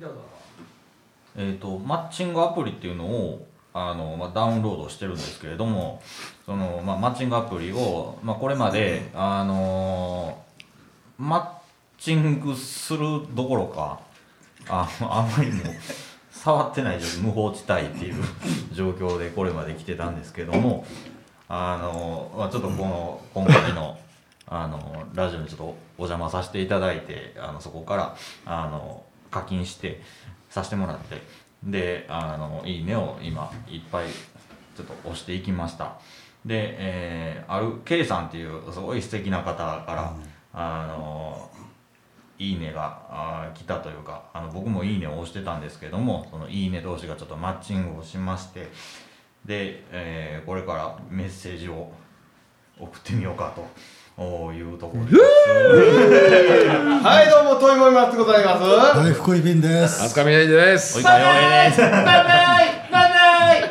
どうぞえー、とマッチングアプリっていうのをあの、まあ、ダウンロードしてるんですけれどもその、まあ、マッチングアプリを、まあ、これまで、あのーマッチングするどころかああんまりもう触ってない無法地帯っていう状況でこれまで来てたんですけどもあのーまあ、ちょっとこの今回の。あのラジオにちょっとお邪魔させていただいてあのそこからあの課金してさせてもらってであの「いいね」を今いっぱいちょっと押していきましたで、えーある K さんっていうすごい素敵な方から「あのいいねが」あー来たというかあの僕も「いいね」を押してたんですけどもその「いいね」同士がちょっとマッチングをしましてで、えーこれからメッセージを送ってみようかというところです。はい、どうも、トイモイマツでございます。はい、福井便であす。つかみないですおいかよいですバイバイバイバイ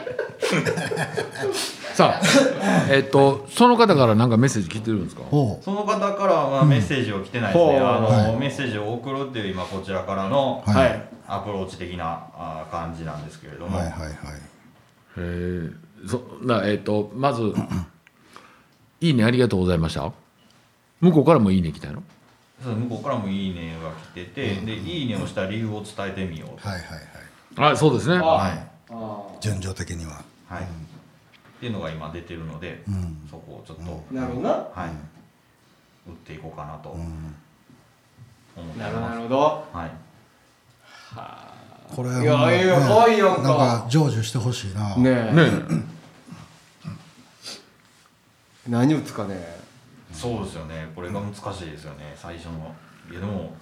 さ あえっとその方からなんかメッセージ聞いてるんですかおうその方からはまあメッセージを来てないですね、ほうあのはいメッセージを送るっていう今こちらからのはいい。アプローチ的なあー感じなんですけれども、はいはいはい。へえそなえっとまず「いいねありがとうございました」向こうからも「いいね」来たのそう向こうからも「いいね」が来てて、で「いいね」をした理由を伝えてみようと、はいはいはい。あそうですねあはいあ順序的には。はいっていうのが今出てるので、うんそこをちょっと、あ。なるほどな。はい、打っていこうかなとう思ん。ってなるほど、なまるす、ほど。はい、これはいやもういいよね来いよなんか成就してほしいねな。え。ね何打つかね。そうですよねこれが難しいですよね最初のいやでも、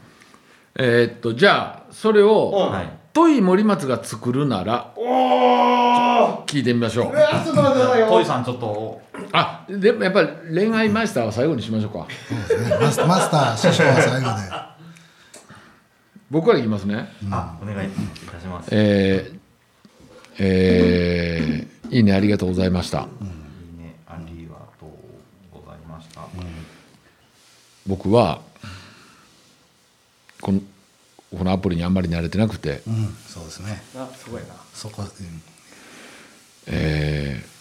ええっとじゃあそれうんをはい「トイ森松が作るならおお。」聞いてみましょううわ、ちょっと待ってくださいよ。トイさんちょっとあでもやっぱり恋愛マイスターは最後にしましょうかそうですね。マスマスター、師匠は 最後僕からいきますねあお願いいたします、えーえーいいねありがとうございましいたいね、ありがとうございました。僕はこのこのアプリにあんまり慣れてなくて、で。うん、そうですね。あ、すごいな。そこ、うんえー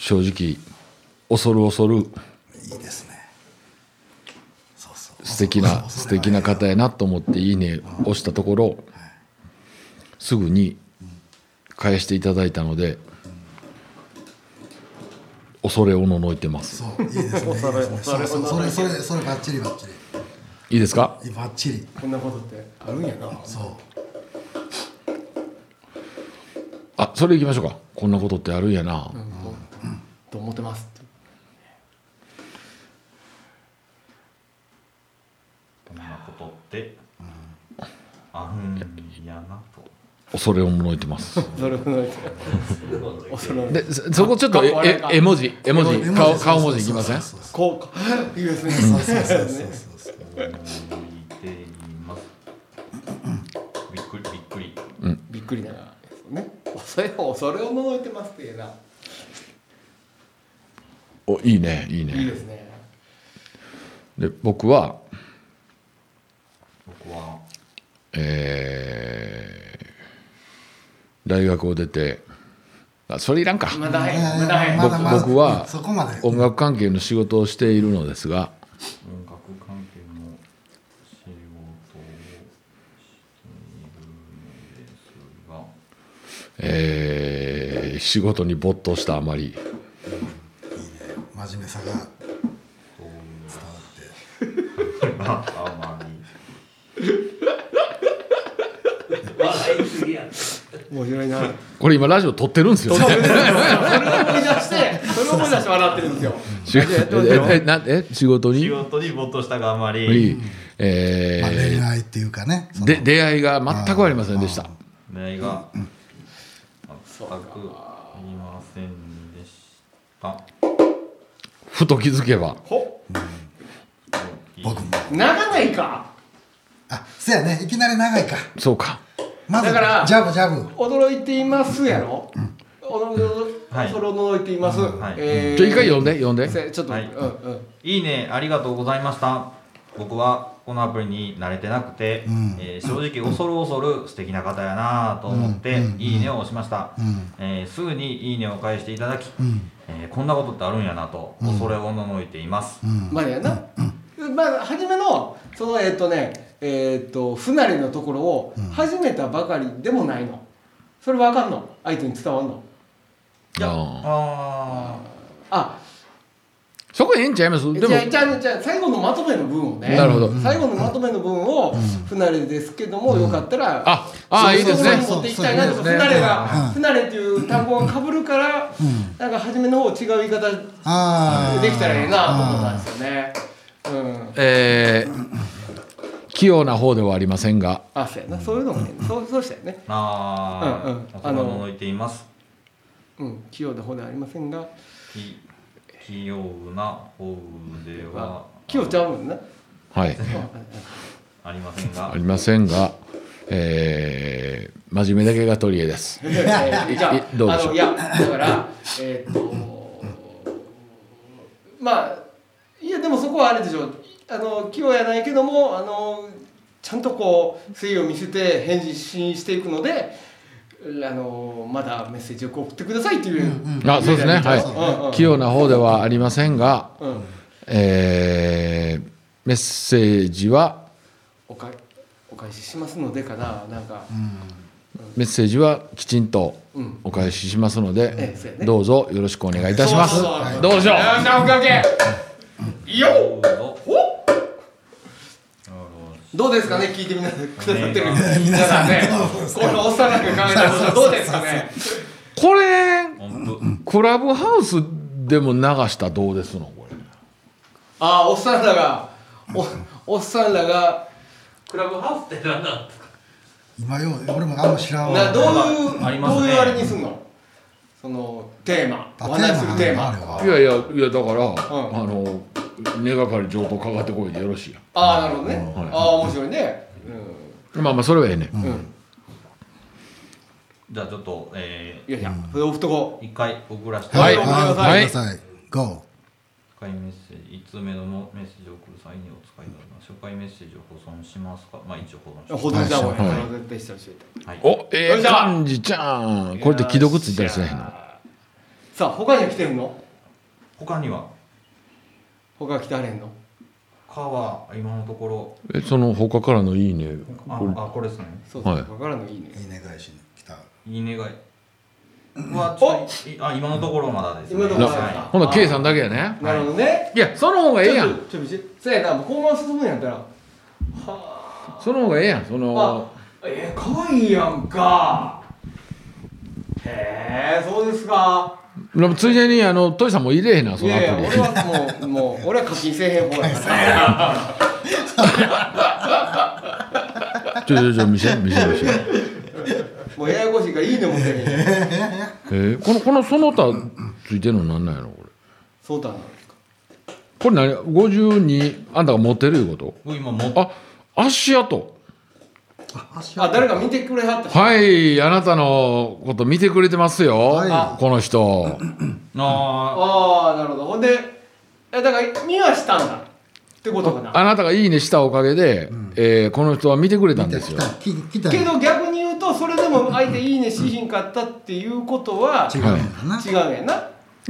正直恐る恐るいいですね。そうそう。素敵な素敵な方やなと思って「いいね」を押したところすぐに返していただいたので恐れおののいてますそう、いいですね。いい恐れですね恐それうそうそれ、それ、それ、ばっちりばっちり。いいですかばっちり。こんなことってあるんやな。そう。あそれいきましょうかこんなことってあるんやな、と思ってますって。こんなことって、あんやなと。恐れおののいて ますそれをないて。恐れをでそそこちょっとかっこ悪いえかえ絵文字絵文絵字文顔字そうそうそう顔文字いきませんそうそうこうか。いいですね。そうそうそうそうそうそう。向いています。びっくり、びっくり。びっくりだな。ね。恐れを、恐れをのいてますって言えな。おいいねいいねいいですね。で僕は僕は、えー大学を出てあそれいらんかまだい早やい。いやまだ早い。まだまだ僕はそこまで。音楽関係の仕事をしているのですが音楽関係の仕事をしているのですが、えー仕事に没頭したあまり真面目さが伝わどういうって。ああまり。笑いすぎや面白いな。これ今ラジオ撮ってるんですよねそれを思い出して、それを思い出して笑ってるんですよ。 仕事ええなえ仕事に仕事に没頭したがあまいり、いえまあ、恋ー愛っていうかねそので出会いが全くありませんでした恋愛が全くありませんでした。ふと気づけばほ僕も長ないか。あそやねいきなり長いかそうかまずだからジャブジャブ驚いていますやろ。驚はいい、それを驚いています。はいえーじゃあ一回読んで読んでせちょっと、はいうんうん。いいね、ありがとうございました。僕はこのアプリに慣れてなくて、えー正直恐る恐る素敵な方やなと思って「いいね」を押しました、えーすぐに「いいね」を返していただき、えーこんなことってあるんやなと恐れおののいています、まあやな、まあ初めのそのえっ、とねえっ、と不慣れのところを始めたばかりでもないのそれわかんの相手に伝わんのいやあーああそこええんちゃいますでもじゃあじゃあじゃあ最後のまとめの分をねなるほど最後のまとめの分を不慣れですけども、よかったらああそういいですそこねに持っていきたいなとそ不うそういい慣ですねれがうん不慣れっていう単語がかぶるから、なんか初めの方違う言い方ああできたらええなと思ったんですよねうんえー、器用な方ではありませんがあそうやなそういうのもねそうそうしたよねーあー、うんうん恐れおののいていますうん器用な方ではありませんがき器用な方では器用ちゃうもんなはいありませんがありませんが、えー、真面目だけが取り柄ですえーじゃあえどうでしあょうのいやだからえーっとまあいやでもそこはあれでしょうあの器用やないけどもあのちゃんとこう誠意を見せて返信していくのであのまだメッセージを送ってくださいっていう、あそうですねはうんうんい器用な方ではありませんが、うんえー、メッセージはおかお返ししますのでかななんか、メッセージはきちんとうんお返ししますので、ええそうやねどうぞよろしくお願いいたしますそうそうそうどうでしょうよしオッケーオッケーよっどうぞおどうですかね聞いてみな くださってる皆さんねこのおっさんなんか考えたらどうですかねこれ音符クラブハウスでも流したらどうですのこれああおっさんらがおおっさんらがクラブハウスって何なんですか今よう俺もあんま知らんなわどういう、まあありますどねういうあれにすんのそのテーマお話しするテーマあいやいやいやだから、あの根がかり上等かかってこいでよろしいやああなるほどねはいああ面白いねまあまあそれはええね、うん、うん、じゃあちょっと、えいやいやそれオフとこー、一回送らせて、はいれははいください GO 初回メッセージ、1通目のメッセージを送る際にお使いいただきます。初回メッセージを保存しますかまあ一応保存します。保存した方がいい、はいそれは絶対してほしいはい、おえよえっしゃ感じちゃんこれって既読ついたりしないのさあ他には来てるの他には、他は来てはれんのかは今のところ、えその他からのいいねあ、あこれですね。そうそう、はい他からのいいねいいね返しに来たいいねがい。はちょっといあ、今のところまだですね。今のところまだはほな K さんだけやねなるほどねいやその方がええやんちょっとちょっとそうやなもうこのまま進むんやったらはあその方がええやんそのあえー、かわいいやんかへえそうですかでもついでにあのトイさんも入れへんなそいのアプやいやリ俺はもうもう俺は課金せえへん方や からちょちょちょ見せ見せ見せもうややこしいからいいねもせえへんえー、このこのその他ついてるのなんなんやろこれそうだなんですかこれ何52あんたが持ってるいうこ僕今もとあ足跡あ誰か見てくれはった人はいあなたのこと見てくれてますよ、はこの人あああなるほどほんでえだから見はしたんだってことかなあなたが「いいね」したおかげで、えーこの人は見てくれたん来でたす来よた来たけど逆に言うとそれでも相手いいねしひんかったっていうことは違うんだな違うやんない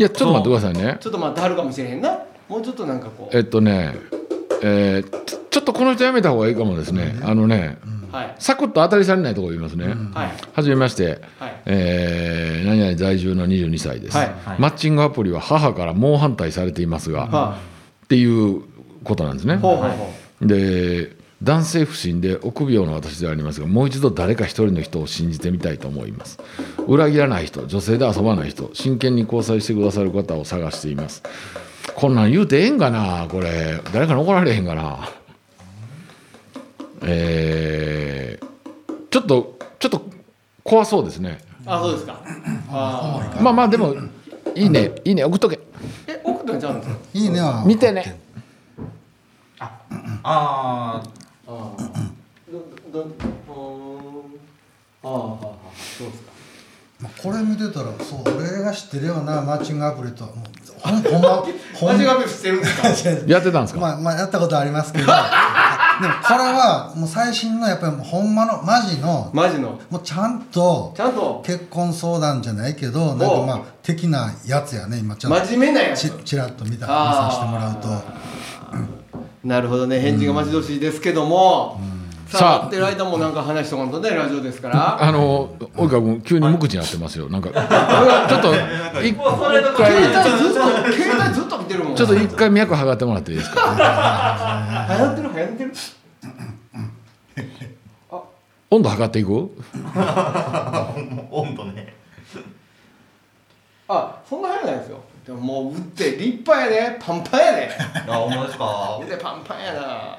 やちょっと待ってくださいねちょっと待ってはるかもしれへんなもうちょっとなんかこえっとねえーちょちょっとこの人やめた方がいいかもですね、あのね、うはいサクッと当たり障りないところ言いますね、はいはじめまして、はいえー何々在住の22歳です、はいはいマッチングアプリは母から猛反対されていますが、はっていうことなんですねいほうほうほで男性不信で臆病な私ではありますがもう一度誰か一人の人を信じてみたいと思います裏切らない人女性で遊ばない人真剣に交際してくださる方を探していますこんなん言うてええんかなこれ誰かに怒られへんかなえーちょっとちょっと怖そうですねうあそうですかああまあまあでもいいねいいね送っとけえ奥くんちゃうんですかいいねは見てねあ、あああどどうーんああああああそうですかまあこれ見てたらそう俺が知ってるようなマッチングアプリとはもうほんほんまほん 間違いしてるんですかやってたんです かまあまあやったことありますけどあでもこれはもう最新のやっぱりもうほんまのマジのマジのもうちゃんとちゃんと結婚相談じゃないけどなんかまあ的なやつやね今ちょっと真面目なやちつちらっと見た見あーさせてもらうとなるほどね返事が待ち遠しいですけども、さあさあ待ってる間もなんか話しとかんとねラジオですからあの及川君急に無口になってますよなんかちょっと一もうそれとか携帯ずっと携帯ずっと見てるもんちょっと一回脈はがってもらっていいですか流行ってる流行ってる温度測っていく温度ねあそんな流行らないですよでももう打って立派やねパンパンやねあほんまですか腕パンパンやな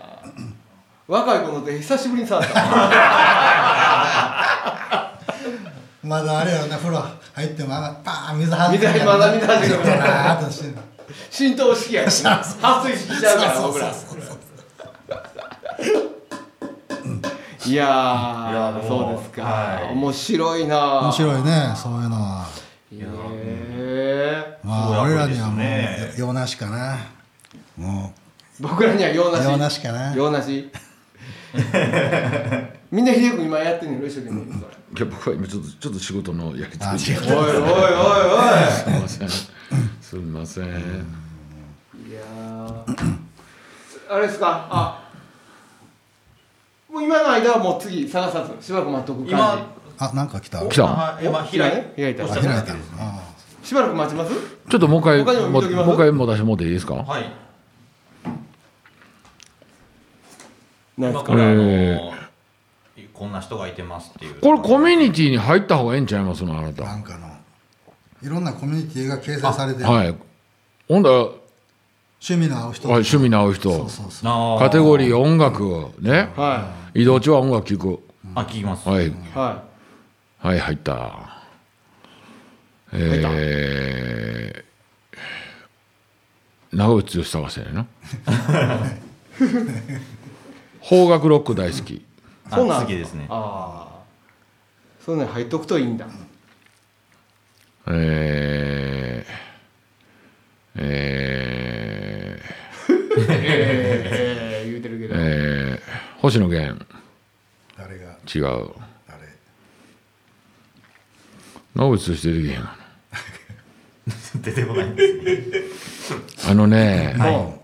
若い子の手久しぶりに触った まだあれやろな風呂入ってもあんまパーン水はじ水まだ水はじくダーッとしてんの浸透式やね撥水式ちゃうからそう僕そうらそうそういやいやーでもそうですか、はい面白いな面白いねそういうのはへえまあ俺らにはもう用なしかなも僕らには用なしう用なしかな用な しみんな秀君今やってんのよ一生懸命それいや僕は今ちょっとちょっと仕事のやりあたい違すおいおいおいおいみませんすみませんいやーあれですかあもう今の間はもう次探さずしばらく待っとく感今あなんか来た来たはい今開いじ開いたおっしあゃっ開いだたけのですあしばらく待ちますちょっともう一回他にもも見うときます一回も出してもらっていいですかはいないです今かこれあの、えこんな人がいてますっていうこれコミュニティに入った方がええんちゃいますのあなあなたんかのいろんなコミュニティが形成されてるはいほんだらはい趣味の合う人趣味の合うそ人うそうそうあカテゴリーー音楽ねは移動中は音楽聴あ聞きます、くはいいははい入ったえー、長渕剛探してない な邦楽ロック大好きあそうなん次ですねいああそういうのに入っとくといいんだえー、えーええ言うてるけどえー、星野源誰が違う誰野口としてるけん出てこないんですねあのね、も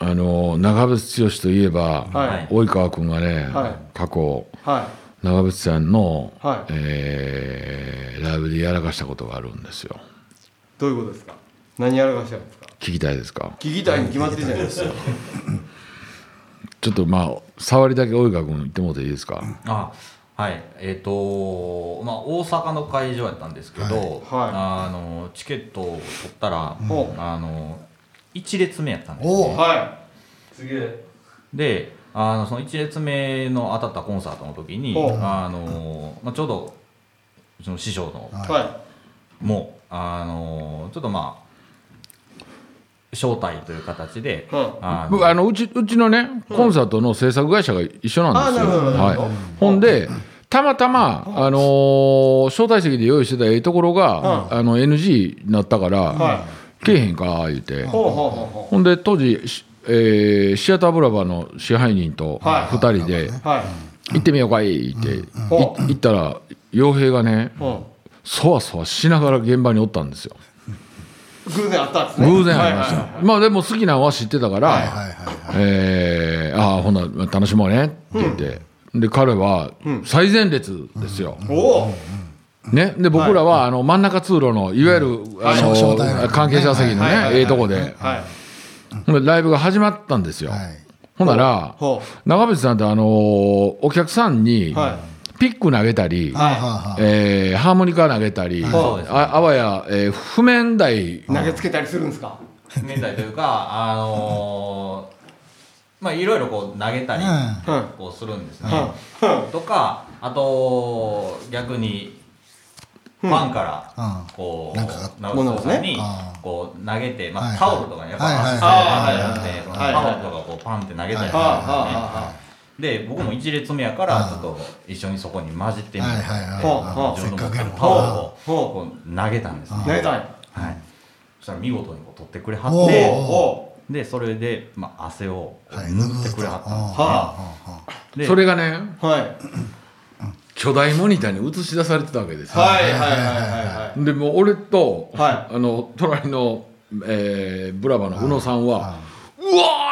あの長渕剛といえば、うはい及川君がね、はい過去は長渕さんの、はいえーライブでやらかしたことがあるんですよいどういうことですか何やらかしたんですか聞きたいですか聞きたいに決まってるじゃないですかちょっとまあ触りだけ及川君言ってもらっていいですか、あはいえっ、とまあ大阪の会場やったんですけど、はいあのチケットを取ったら、ほうあの1列目やったんですね、おうはすげえであのその1列目の当たったコンサートの時にほうあの、まあ、ちょうどうちの師匠のいはもあのちょっとまあ招待という形で、いはいあの僕あのうちうちのねコンサートの制作会社が一緒なんですよ。あーなるほどなはるいほど、ほんでたまたま、あのー招待席で用意してたええところが、あの NG になったから、はけえへんか言うて、ほうほうほうほほんで当時、しえーシアターブラバーの支配人とはい2人で、うはい行ってみようかいって、いほう行ったら傭兵がねほそわそわしながら現場におったんですよう偶然あったんですね偶然ありました、はいはいはいまあでも好きなんは知ってたから、はいはいはいえー、ああほな楽しもうねって言って、で彼は最前列ですよ、おおね、で僕らはあの真ん中通路のいわゆる、あはい招待の枠関係者席のはいはいはいはねいええとこではいほんでライブが始まったんですよ、はいほんならほ長渕さんってあのーお客さんにうはいピック投げたり、はあははあはえーハーモニカ投げたり、そうですねああわや、えー譜面台い投げつけたりするんですか年代というかあのーまあいろいろこう投げたりうんうんこうするんですね、うんうんとかあと逆にファンからあこなんかう直人さんに物をねこう投げて、はいまはあ、いタオルとかねやっぱはいはいアシスはいタントはいはいタオルとかこうパンって投げたりとはあはかあはねで僕も一列目やからちょっと一緒にそこに混じってみようと思はいはいはいはっあて自分の持ってるせっかくタやオもルんなをこう投げたんですねあ投げたんやはいそしたら見事にこう取ってくれはおっーておうでそれで、まあ、汗をはい拭ってくれはったんですね、はあでそれがねはい巨大モニターに映し出されてたわけですよ、はいはいはいでもう俺と、はあの隣の、えーブラバの宇野さんはは「うわ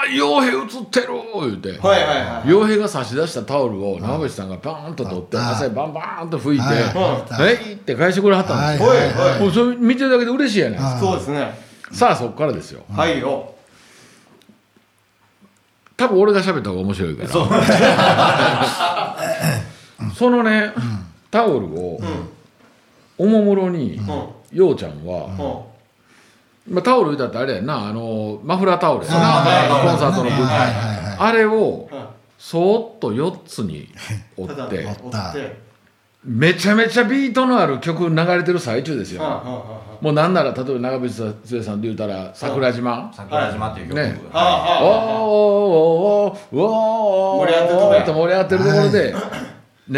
ー傭兵映ってる!」言うて、はいはいはいはい傭兵が差し出したタオルを長渕さんがパーンと取ってはい汗バンバーンと拭いてはい「はいえい!」って返してくれはったんですよ、はいはいはいもうそれ見てるだけで嬉しいやないですか、はいそうですねさあそこからですよはいよ多分俺が喋った方が面白いからそ のね、タオルをおもむろに、うんようちゃんうは、んまあ、タオルだってあれやんなあのマフラータオルやな、あーコンサートのは時に、いはいはいはあれをうんそーっと4つに折ただっ折てってうめちゃめちゃビートのある曲流れてる最中ですんうんうんよ、もうなんなら例えば長渕剛さんで言うたら「桜島」桜島っていう曲、はいねはおーおーおーおーおーおーおーおー盛り上がってるとこやと盛り上がってるところで、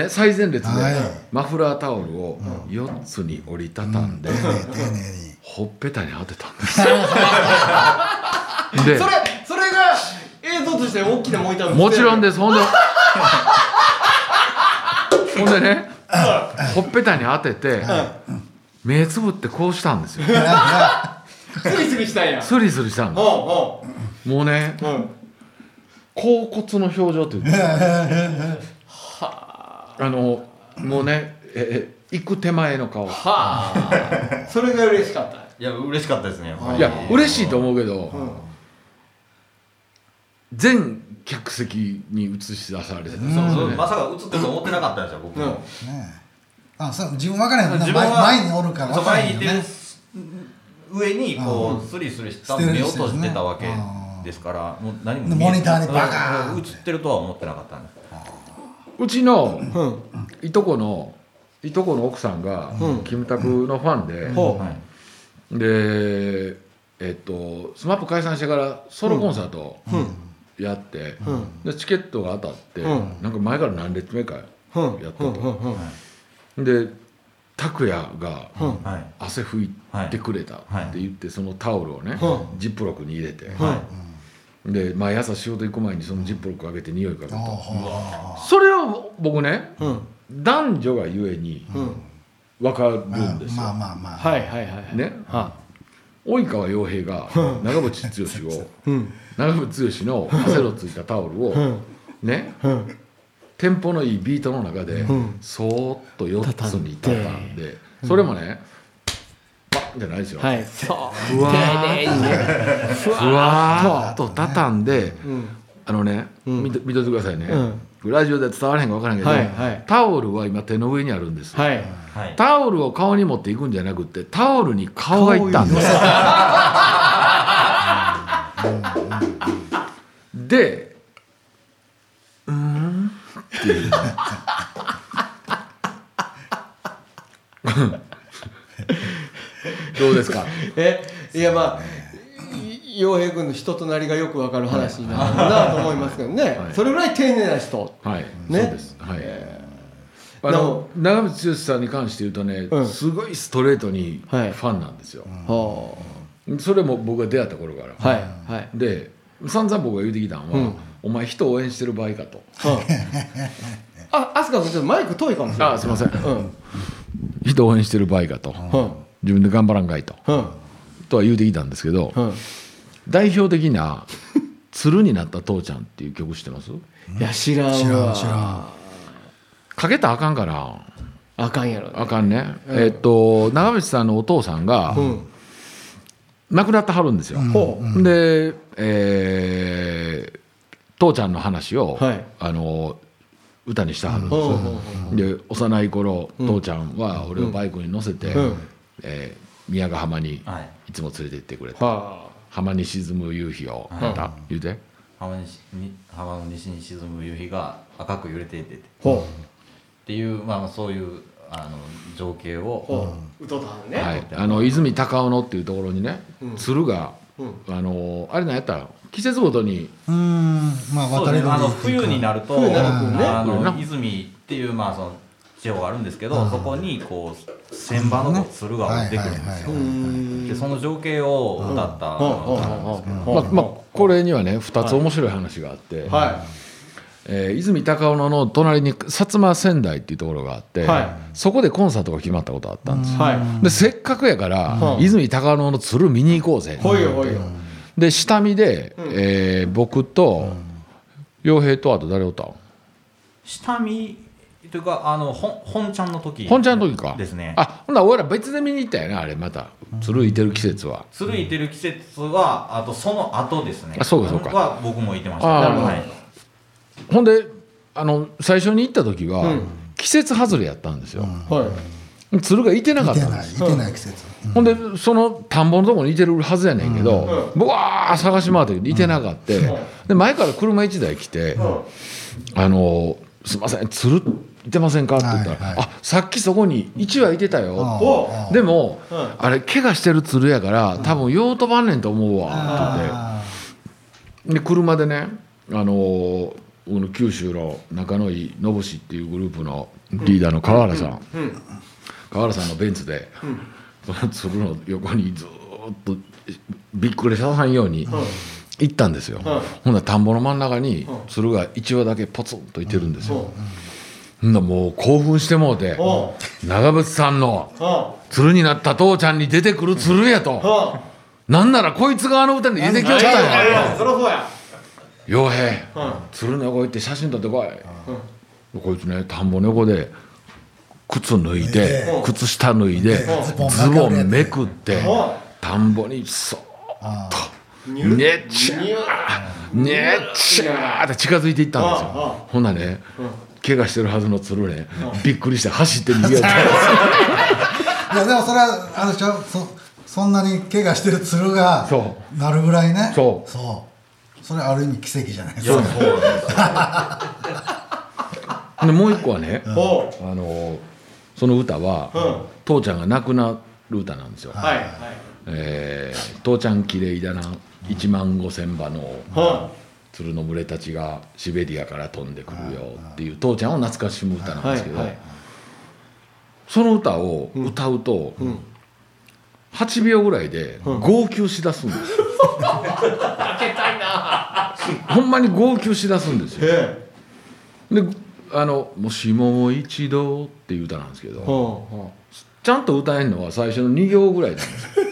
ね、最前列ではいマフラータオルを4つに折りたたんで、丁寧に丁寧にほっぺたに当てたんですでそれそれが映像として大きなモニターに映ってるもちろんですほんでほんでねほっぺたに当てて目つぶってこうしたんですよスリスリしたんやスリスリしたんうでんすうもうねんうん甲骨の表情というか あのもうねええ行く手前の顔いはあそれが嬉しかったいや嬉しかったですねやっぱりや嬉しいと思うけど、うん全客席に映し出されてた、そうそそううねまさか映ってると思ってなかったんですよ僕うんもねえあそう自分分からへんもんな自分は前前におるからそ分こからにへいんてよるね上にこうスリスリした目を閉じてたわけですからもう何も見えモニターにバカーンうん映ってるとは思ってなかったんですうちのうんいとこのいとこの奥さんが、うんキムタクのファンで、ほうはいでえっとスマップ解散してからソロコンサートうんやって、うんでチケットが当たって、うんなんか前から何列目かうんやったうとんうんうんで拓哉がうんはい汗拭いてくれたって言って、そのタオルをね、うジップロックに入れて、はいで毎朝仕事行く前にそのジップロック開けて匂いかけおーたほーほそれは僕ねうん男女がゆえにうん分かるーんですよ、まあまあまあまあはいはいはいはいねは及川洋平が長渕剛をいうん長渕剛の汗のついたタオルをうんねうんテンポのいいビートの中で、んそーっと4つに畳んでそれもねバッじゃないですよ、はいそうふわ丁寧にねふふわーっと畳んで、うんあのね、うん見て見といてくださいね、うラジオでは伝わらへんか分からんけど、はいはいタオルは今手の上にあるんです、はいはいタオルを顔に持っていくんじゃなくてタオルに顔がいったんです で うーんっていうどうですかえいやまあい洋平君の人となりがよくわかる話になるなと思いますけどね、はいそれぐらい丁寧な人はい、ねそうですはい、えあなのお長渕剛さんに関して言うとね、うんすごいストレートにフはいァンなんですよ、ーはそれも僕が出会った頃から、あはいはいで散々僕が言うてきたんは、うんお前人を応援してる場合かと、うんあ、あすか君ちょっとマイク遠いかもしれないあすいませんうんうん人を応援してる場合かと、うん自分で頑張らんかいとうんとは言うてきたんですけど、代表的な「鶴になった父ちゃん」っていう曲知ってますいや知らんわ知らん知らんかけたらあかんかなあかんやろあかんね、えっと長渕さんのお父さんがうん亡くなってはるんですよ、ほで、えー父ちゃんの話を、はいあの歌にしてはるんですうよ、ほうほで幼い頃、父ちゃんは俺をバイクに乗せて、うんえー宮ヶ浜にはいいつも連れて行ってくれうた、は浜に沈む夕日をまた言うて、浜にしに浜の西に沈む夕日が赤く揺れていてってあほいう、まあ、そういうあの情景うをほううとたんねはい、あの泉高尾のっていうところにね、うん鶴が、うんあのあれなんやったら季節ごとにうーんまあそ渡うりですね鳥あの冬になると冬になるとねあうんの泉っていう、まあ、その地方があるんですけどそこにこう船場のこう鶴が降りてくるんですよはいはいはいんでその情景を歌ったうん歌なんですけどうんまあまあ、これにはね2つ面白い話があって、はえー泉高野の隣に薩摩仙台っていうところがあって、はそこでコンサートが決まったことあったんですよいはでせっかくやから、うん泉高野の鶴見に行こうぜいほいよほいよで下見で、うんえー僕と洋平とあと誰おったん下見というかあのほん本ちゃんの時本ちゃんの時かですねあほんなら俺ら別で見に行ったよねあれまた鶴いてる季節は鶴いてる季節はあとその後ですねあそうかそうかは僕もいてましたあーはいほんであの最初に行った時は、うん季節外れやったんですよ、はい鶴がいてなかっいてたんでないすいてない季節、うんほんでその田んぼのとこにいてるはずやねんけど、僕わー探し回ったけどいてなかった、で前から車1台来て「あのすいません鶴いてませんか?」って言ったら「はいはいあさっきそこに1羽いてたよ」ああおああでも、うんあれ怪我してる鶴やから多分用途ばんねんと思うわって言ってあで車でねあのーこの九州の仲のいいのぶしっていうグループのリーダーの川原さん、うん川原さんのベンツで、んその鶴の横にずーっとびっくりささんように行ったんですよ、んほんなら田んぼの真ん中にうん鶴が1羽だけポツンといてるんですよ、そほんならもう興奮してもうてうおう長渕さんのあ鶴になった父ちゃんに出てくる鶴やと、あなんならこいつがあの歌に出てきよったんやそりゃそうや傭兵、うん鶴の横行って写真撮ってこい、こいつね田んぼの横で靴脱いで、うん靴下脱いで、うんズボンズボンめくって、うん田んぼにそっあとニュねっちゃニュねっちゃーって近づいていったんですうんうんよほんならね怪我してるはずの鶴ねびっくりして走って逃げようといやでもそれはあれでしょそそんなに怪我してる鶴がそなるぐらいねそうそうそれある意味奇跡じゃないですやかそうなんですよでもう一個はねあおうのーその歌は、うん父ちゃんが亡くなる歌なんですよ、はいはいえー父ちゃん綺麗だな1万5千羽のは鶴の群れたちがシベリアから飛んでくるよっていう父ちゃんを懐かしむ歌なんですけど、はいはいその歌を歌うと、ん8秒ぐらいで号泣しだすんですよ、ほんまに号泣しだすんですよえであの「もしも一度」っていう歌なんですけど、えうんちゃんと歌えるのは最初の2行ぐらいなんですよ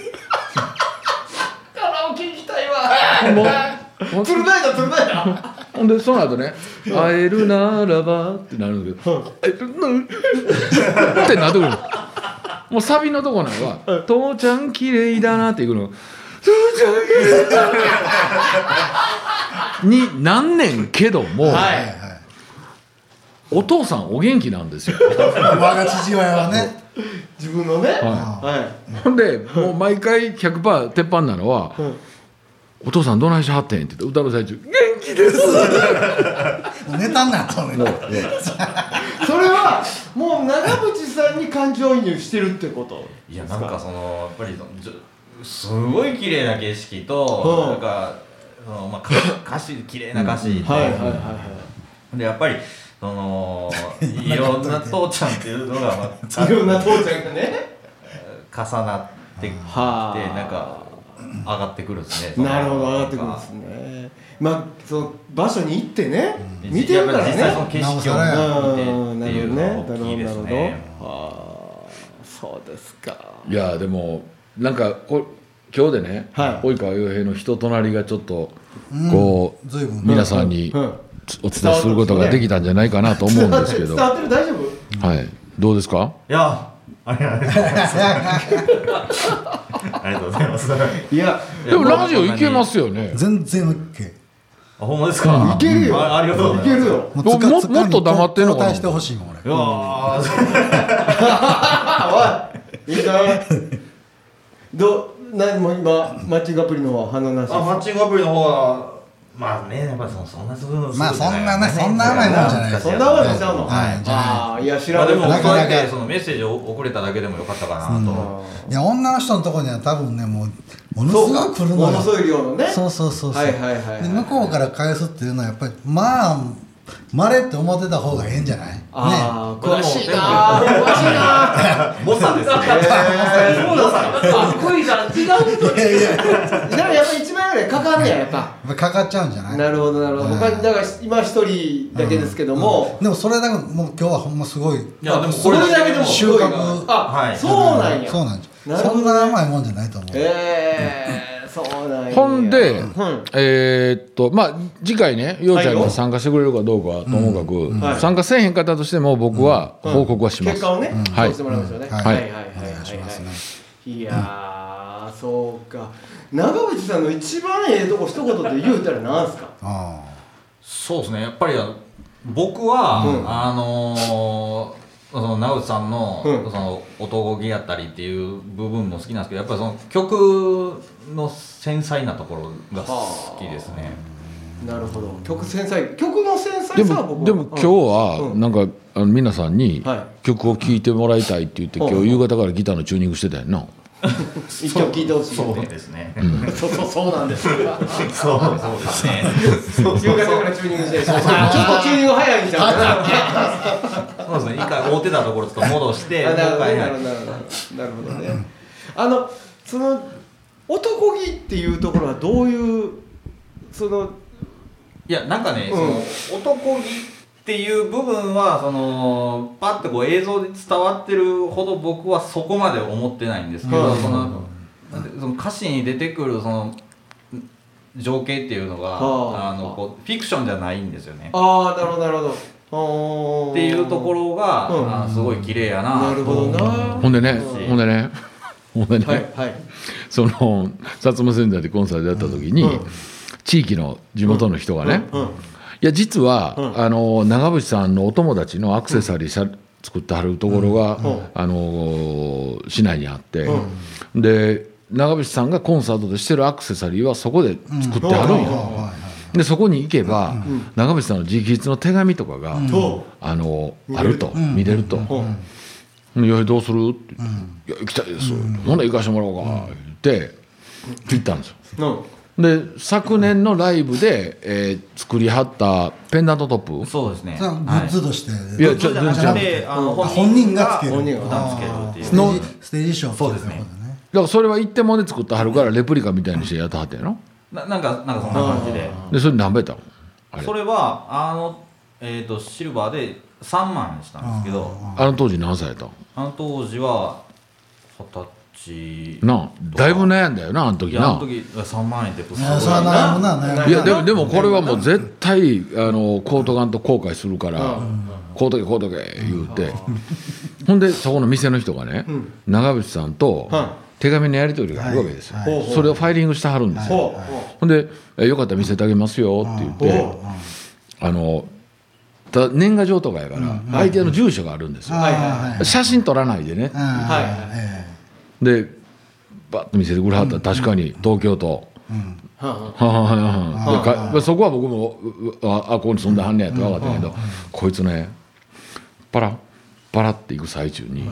カラオケ行きたいわもう釣れないだ釣れないだほんでその後ね「会えるならば」ってなるんだけど「会えるな ら」ってなってくるのもうサビのとこなんかは「父ちゃん綺麗だな」っていくの「父ちゃん綺麗だな」になんねんけども、はいはいはいお父さんお元気なんですよ、我が父親はね自分のねははいほんでもう毎回100%鉄板なのは「んお父さんどないしはってん」って言って歌の最中「元気です」ネタになったのにいそれはもう長渕さんに感情移入してるってこといやなんかそのやっぱりそのじょすごい綺麗な景色と、うんなんかそのまあ歌歌詞綺麗な歌詞で、はいはいはいはいでやっぱりそ のいろんな父ちゃんっていうのが、まあ、いろんな父ちゃんがね重なってきてはあなんか上がってくるんですねそのなるほど上がってくるんですねまあその場所に行ってね、なんか見てるからやっぱり実際そのね景色なおさをう見んてなっているうほどのが大ねなるほきどいなでるすほどねはあそうですかいやでもなんかこ今日でね、はい及川洋平の人となりがちょっとこう、ずいぶん皆さんにうんお伝えすることができたんじゃないかなと思うんですけど、伝わってる大丈夫はい、どうですかいやありがとうございますありがとうございますいやでもラジオいけますすよね全然 OK あほんまですかいけるよあありがとうございいまけするよもももっと黙ってんのかな交代してほしいもんい俺やーあおいいいかど何も今マッチングアプリの反応なしあマッチングアプリの方はまあねやっぱりそそんなすぐのまあそんなねそんな甘いもんじゃないそんなことしちゃうの、はいじゃああいや知まらあなでいもなそかうなやかってそのメッセージを送れただけでもよかったかなと、いや女の人のとこには多分ねもうものそうすかごい来るもののよすごい量のねそうそうそうそう、はいはいはいはいで向こうから返すっていうのはやっぱりまあまれって思ってた方がええんじゃないねああ、ね詳しいなー詳しいなモサですね、ーえー そうだかっこいいじゃん違ういやいやでもやっぱり一番ぐらい考かかんねややっぱぱかかっちゃうんじゃないなるほどなるほどうん他にだから今一人だけですけどうんもでもそれだけもう今日はほんますごいいやでもそれだけでも収穫あはいそうなんやそうなんじゃなるほどそねんな甘いもんじゃないと思う、ええそうなんやほんでうんえーっとまあ次回ねようちゃんが参加してくれるかどうかはともかく、はい参加せえへんかったとしても僕は報告はします、結果をねはそいうしてもらいましょうねははいいははいいはいおはい願いしますねいやーそうか長渕さんの一番ええとこ一言で言うたらなんすかあそうですねやっぱりあの僕は、うんあのーその直さんの,、うんその男気やったりっていう部分も好きなんですけどやっぱりその曲の繊細なところが好きですねなるほど曲繊細曲の繊細でさは僕もはでも今日はうんなんかあの皆さんには曲を聴いてもらいたいって言ってうん今日夕方からギターのチューニングしてたよな一曲聴いてほしいよそうねですね そうそうそうなんですそうそうですね夕方からチューニングしてるちょっとチューニング早いんちゃうかそうですね一回合うてたところちょっと戻してなあもう一なるほど回なはいるほどなるほどなるほどねあのその男気っていうところはどういうそのいやなんかね、うんその男気っていう部分はそのパッてこう映像で伝わってるほど僕はそこまで思ってないんですけど、はいそのなんてその歌詞に出てくるその情景っていうのが、はああのこうフィクションじゃないんですよね。ああなるほどなるほどっっていうところが、うんあーすごい綺麗やななるほどなほんでねうんほんでねほんでね、はいはいその薩摩仙台でコンサートやった時に、うん地域の地元の人がね、うんうんいや実は、うんあの長渕さんのお友達のアクセサリーさ、作ってはるところが、うんあの市内にあって、うで長渕さんがコンサートでしてるアクセサリーはそこで作ってはるんうんよ、うんはいでそこに行けば、ん長渕さんの直筆の手紙とかが、うんとあの見れあるるとん見れるとう「んいやどうする?」ってうんうん「いや行きたいです」ほな行かしてもらおうか」って行ったんですよ。うんで昨年のライブで、えー作りはったペンダントトップそうですね。それはグはッズとして、いやい、そうじゃなくてあのあ本人がつける本人が普段つけるっていうステージステージショーそうですねだからそれは一点もで作ってはるからレプリカみたいにしてやったはったやろななんかなんかそんな感じで。でそれ何倍だあれそれはあの、えー、とシルバーで3万したんですけどあの当時何歳やったんあの当時は二十歳なあだいぶ悩んだよなあのい時やあのな時3万円ってすごいいやそれはな悩むな悩むないやでもでもこれはもう絶対あのコートガンと後悔するかうらんこうとけこうとけ言うてほんでそこの店の人がねうん長渕さんとは手紙のやり取りがあるわけですよはいはいそれをファイリングしてはるんですよほうほんでえ「よかったら見せてあげますよ」って言っほうてあのただ年賀状とかやから相手の住所があるんですよはいはいはい写真撮らないでねうんはいはいえでバッと見せてくれはったら確かに東京都えうんはははははであかそこは僕もううああここに住んではんねやって分かったんやけどこいつねパラパラって行く最中に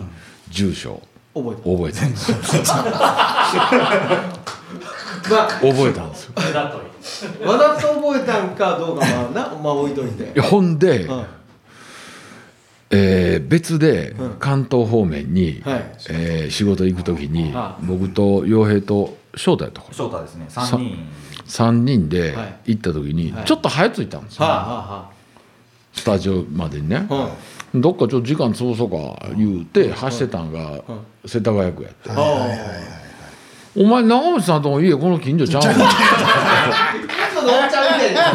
住所あ覚えて覚えたんですよま覚えたんですよだといいあわざと覚えたんかどうかまあなまあ置いといていやほんで、はいえー別でうん関東方面に、はいえー仕事行く時には僕と洋平と翔太やったから翔太ですね3人3人ではい行った時にはいちょっと早着いたんですよ、はあはスタジオまでにねあ、はどっかちょっと時間潰そうか言うて走ってたんが世田谷区やってあは「お前長渕さんとも家この近所ちゃうんあちょっとおっちゃんみたいにダ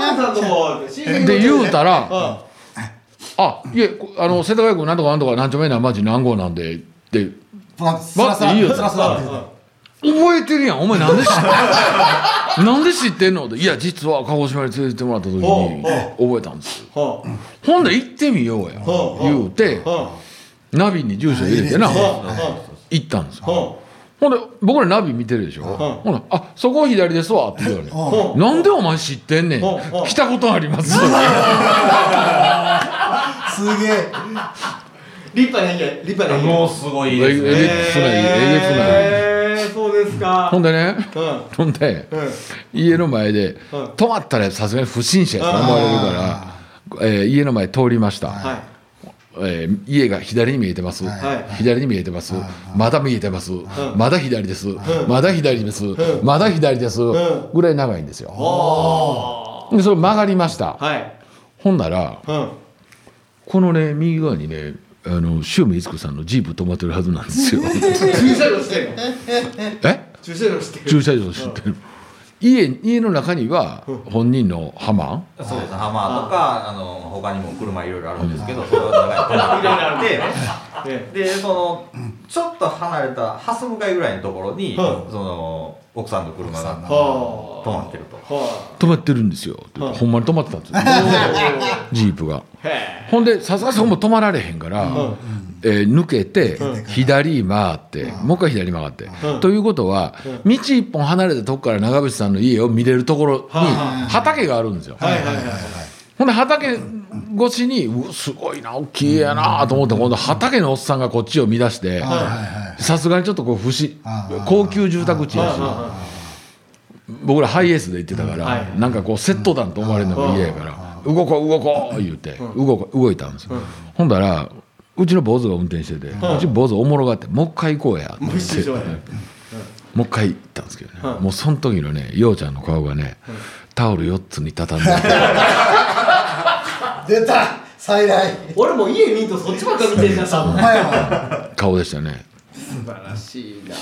ウンさんとこ親戚ので言うたらうん「あいえこあの世田谷区なんとかなんとか何丁目何町何号なんで」ってプラスラスラいいよスラスラって覚えてるやんお前なんで知ってなんで知ってんの?」って「いや実は鹿児島に連れてってもらった時に覚えたんですよはほんで行ってみようや」ほう言うてあはナビに住所入れてなあは行ったんですあよはほんで僕らナビ見てるでしょほら「あそこ左ですわ」って言うわれあはなんでお前知ってんねんほうほう来たことありますすげえあ立派な家立派な家もうすごいえですねげつないえげつないええそうですかほんでねうんほんでうん家の前でうん止まったらさすがに不審者やと思われるから、えー家の前通りましたはいえー家が左に見えてます、はい左に見えてます、まだ見えてます、んまだ左です、まだ左です、まだ左です、んぐらい長いんですよ。あでそれ曲がりました、あはいほんならうんこのね右側にねあの塩見悦子さんのジープ止まってるはずなん ですよ。駐車場してるえ駐車場してる駐車場知ってる家家の中には本人のハマそうですねハマーとかあの他にも車いろいろあるんですけどそれを長 いねでそのちょっと離れた蓮向かいぐらいのところに、はその奥さんの車奥さんがのは止まってるあとは止まってるんですよって言ってうんほんまに止まってたんですよあジープがへえほんでさすがにそこも止まられへんから、うんえー抜けてうん左回ってもう一回左曲がってうんということは道一本離れたとこから長渕さんの家を見れるところには畑があるんですよはいはいはいほんで畑越しにうすごいな大きい家やなと思って今度畑のおっさんがこっちを見出してはいはいはいさすがにちょっとこう不思ああ高級住宅地やしは僕らハイエースで行ってたから、はいなんかこうセット団と思われるのが嫌やから「動こう動こう」言うて動こ動いたんですよ、ほんだらうちの坊主が運転してて、うち坊主おもろがって「もう一回行こうや」ってもう一緒やもう一回行ったんですけどね、はいもうその時のねようちゃんの顔がね、タオル4つに畳んで出た再来俺も家見んとそっちばっか見てんなさお前は顔でしたね素晴らしいな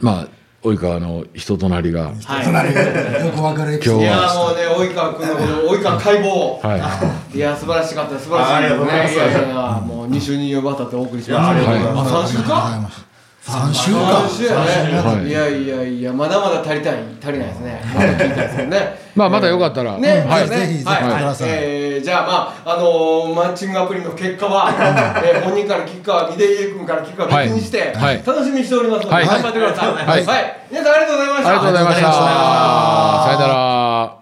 まあ及川の人となりはがいよくわかるエ今ピソ日いーやもうね及川君のこの及川解剖はいいや素晴らしかった素晴らしかったありがとうございますいやいやいやもう二週にわたってお送りしましたいやありがとうドあ三週か3週か三週やはねいいやいやいやまだまだ足りたい足りないですねまだ聞いたいですよねまあまたよかったら、ね、はそうでいすねぜひぜひはい来てくださいはいえーじゃあまああのーマッチングアプリの結果は、えー本人から聞くか井出君から聞くかは別にして、はいはい楽しみにしておりますので、はい頑張ってください。はい皆さんありがとうございましあた。りがとうございましたありがとうございましたさよなら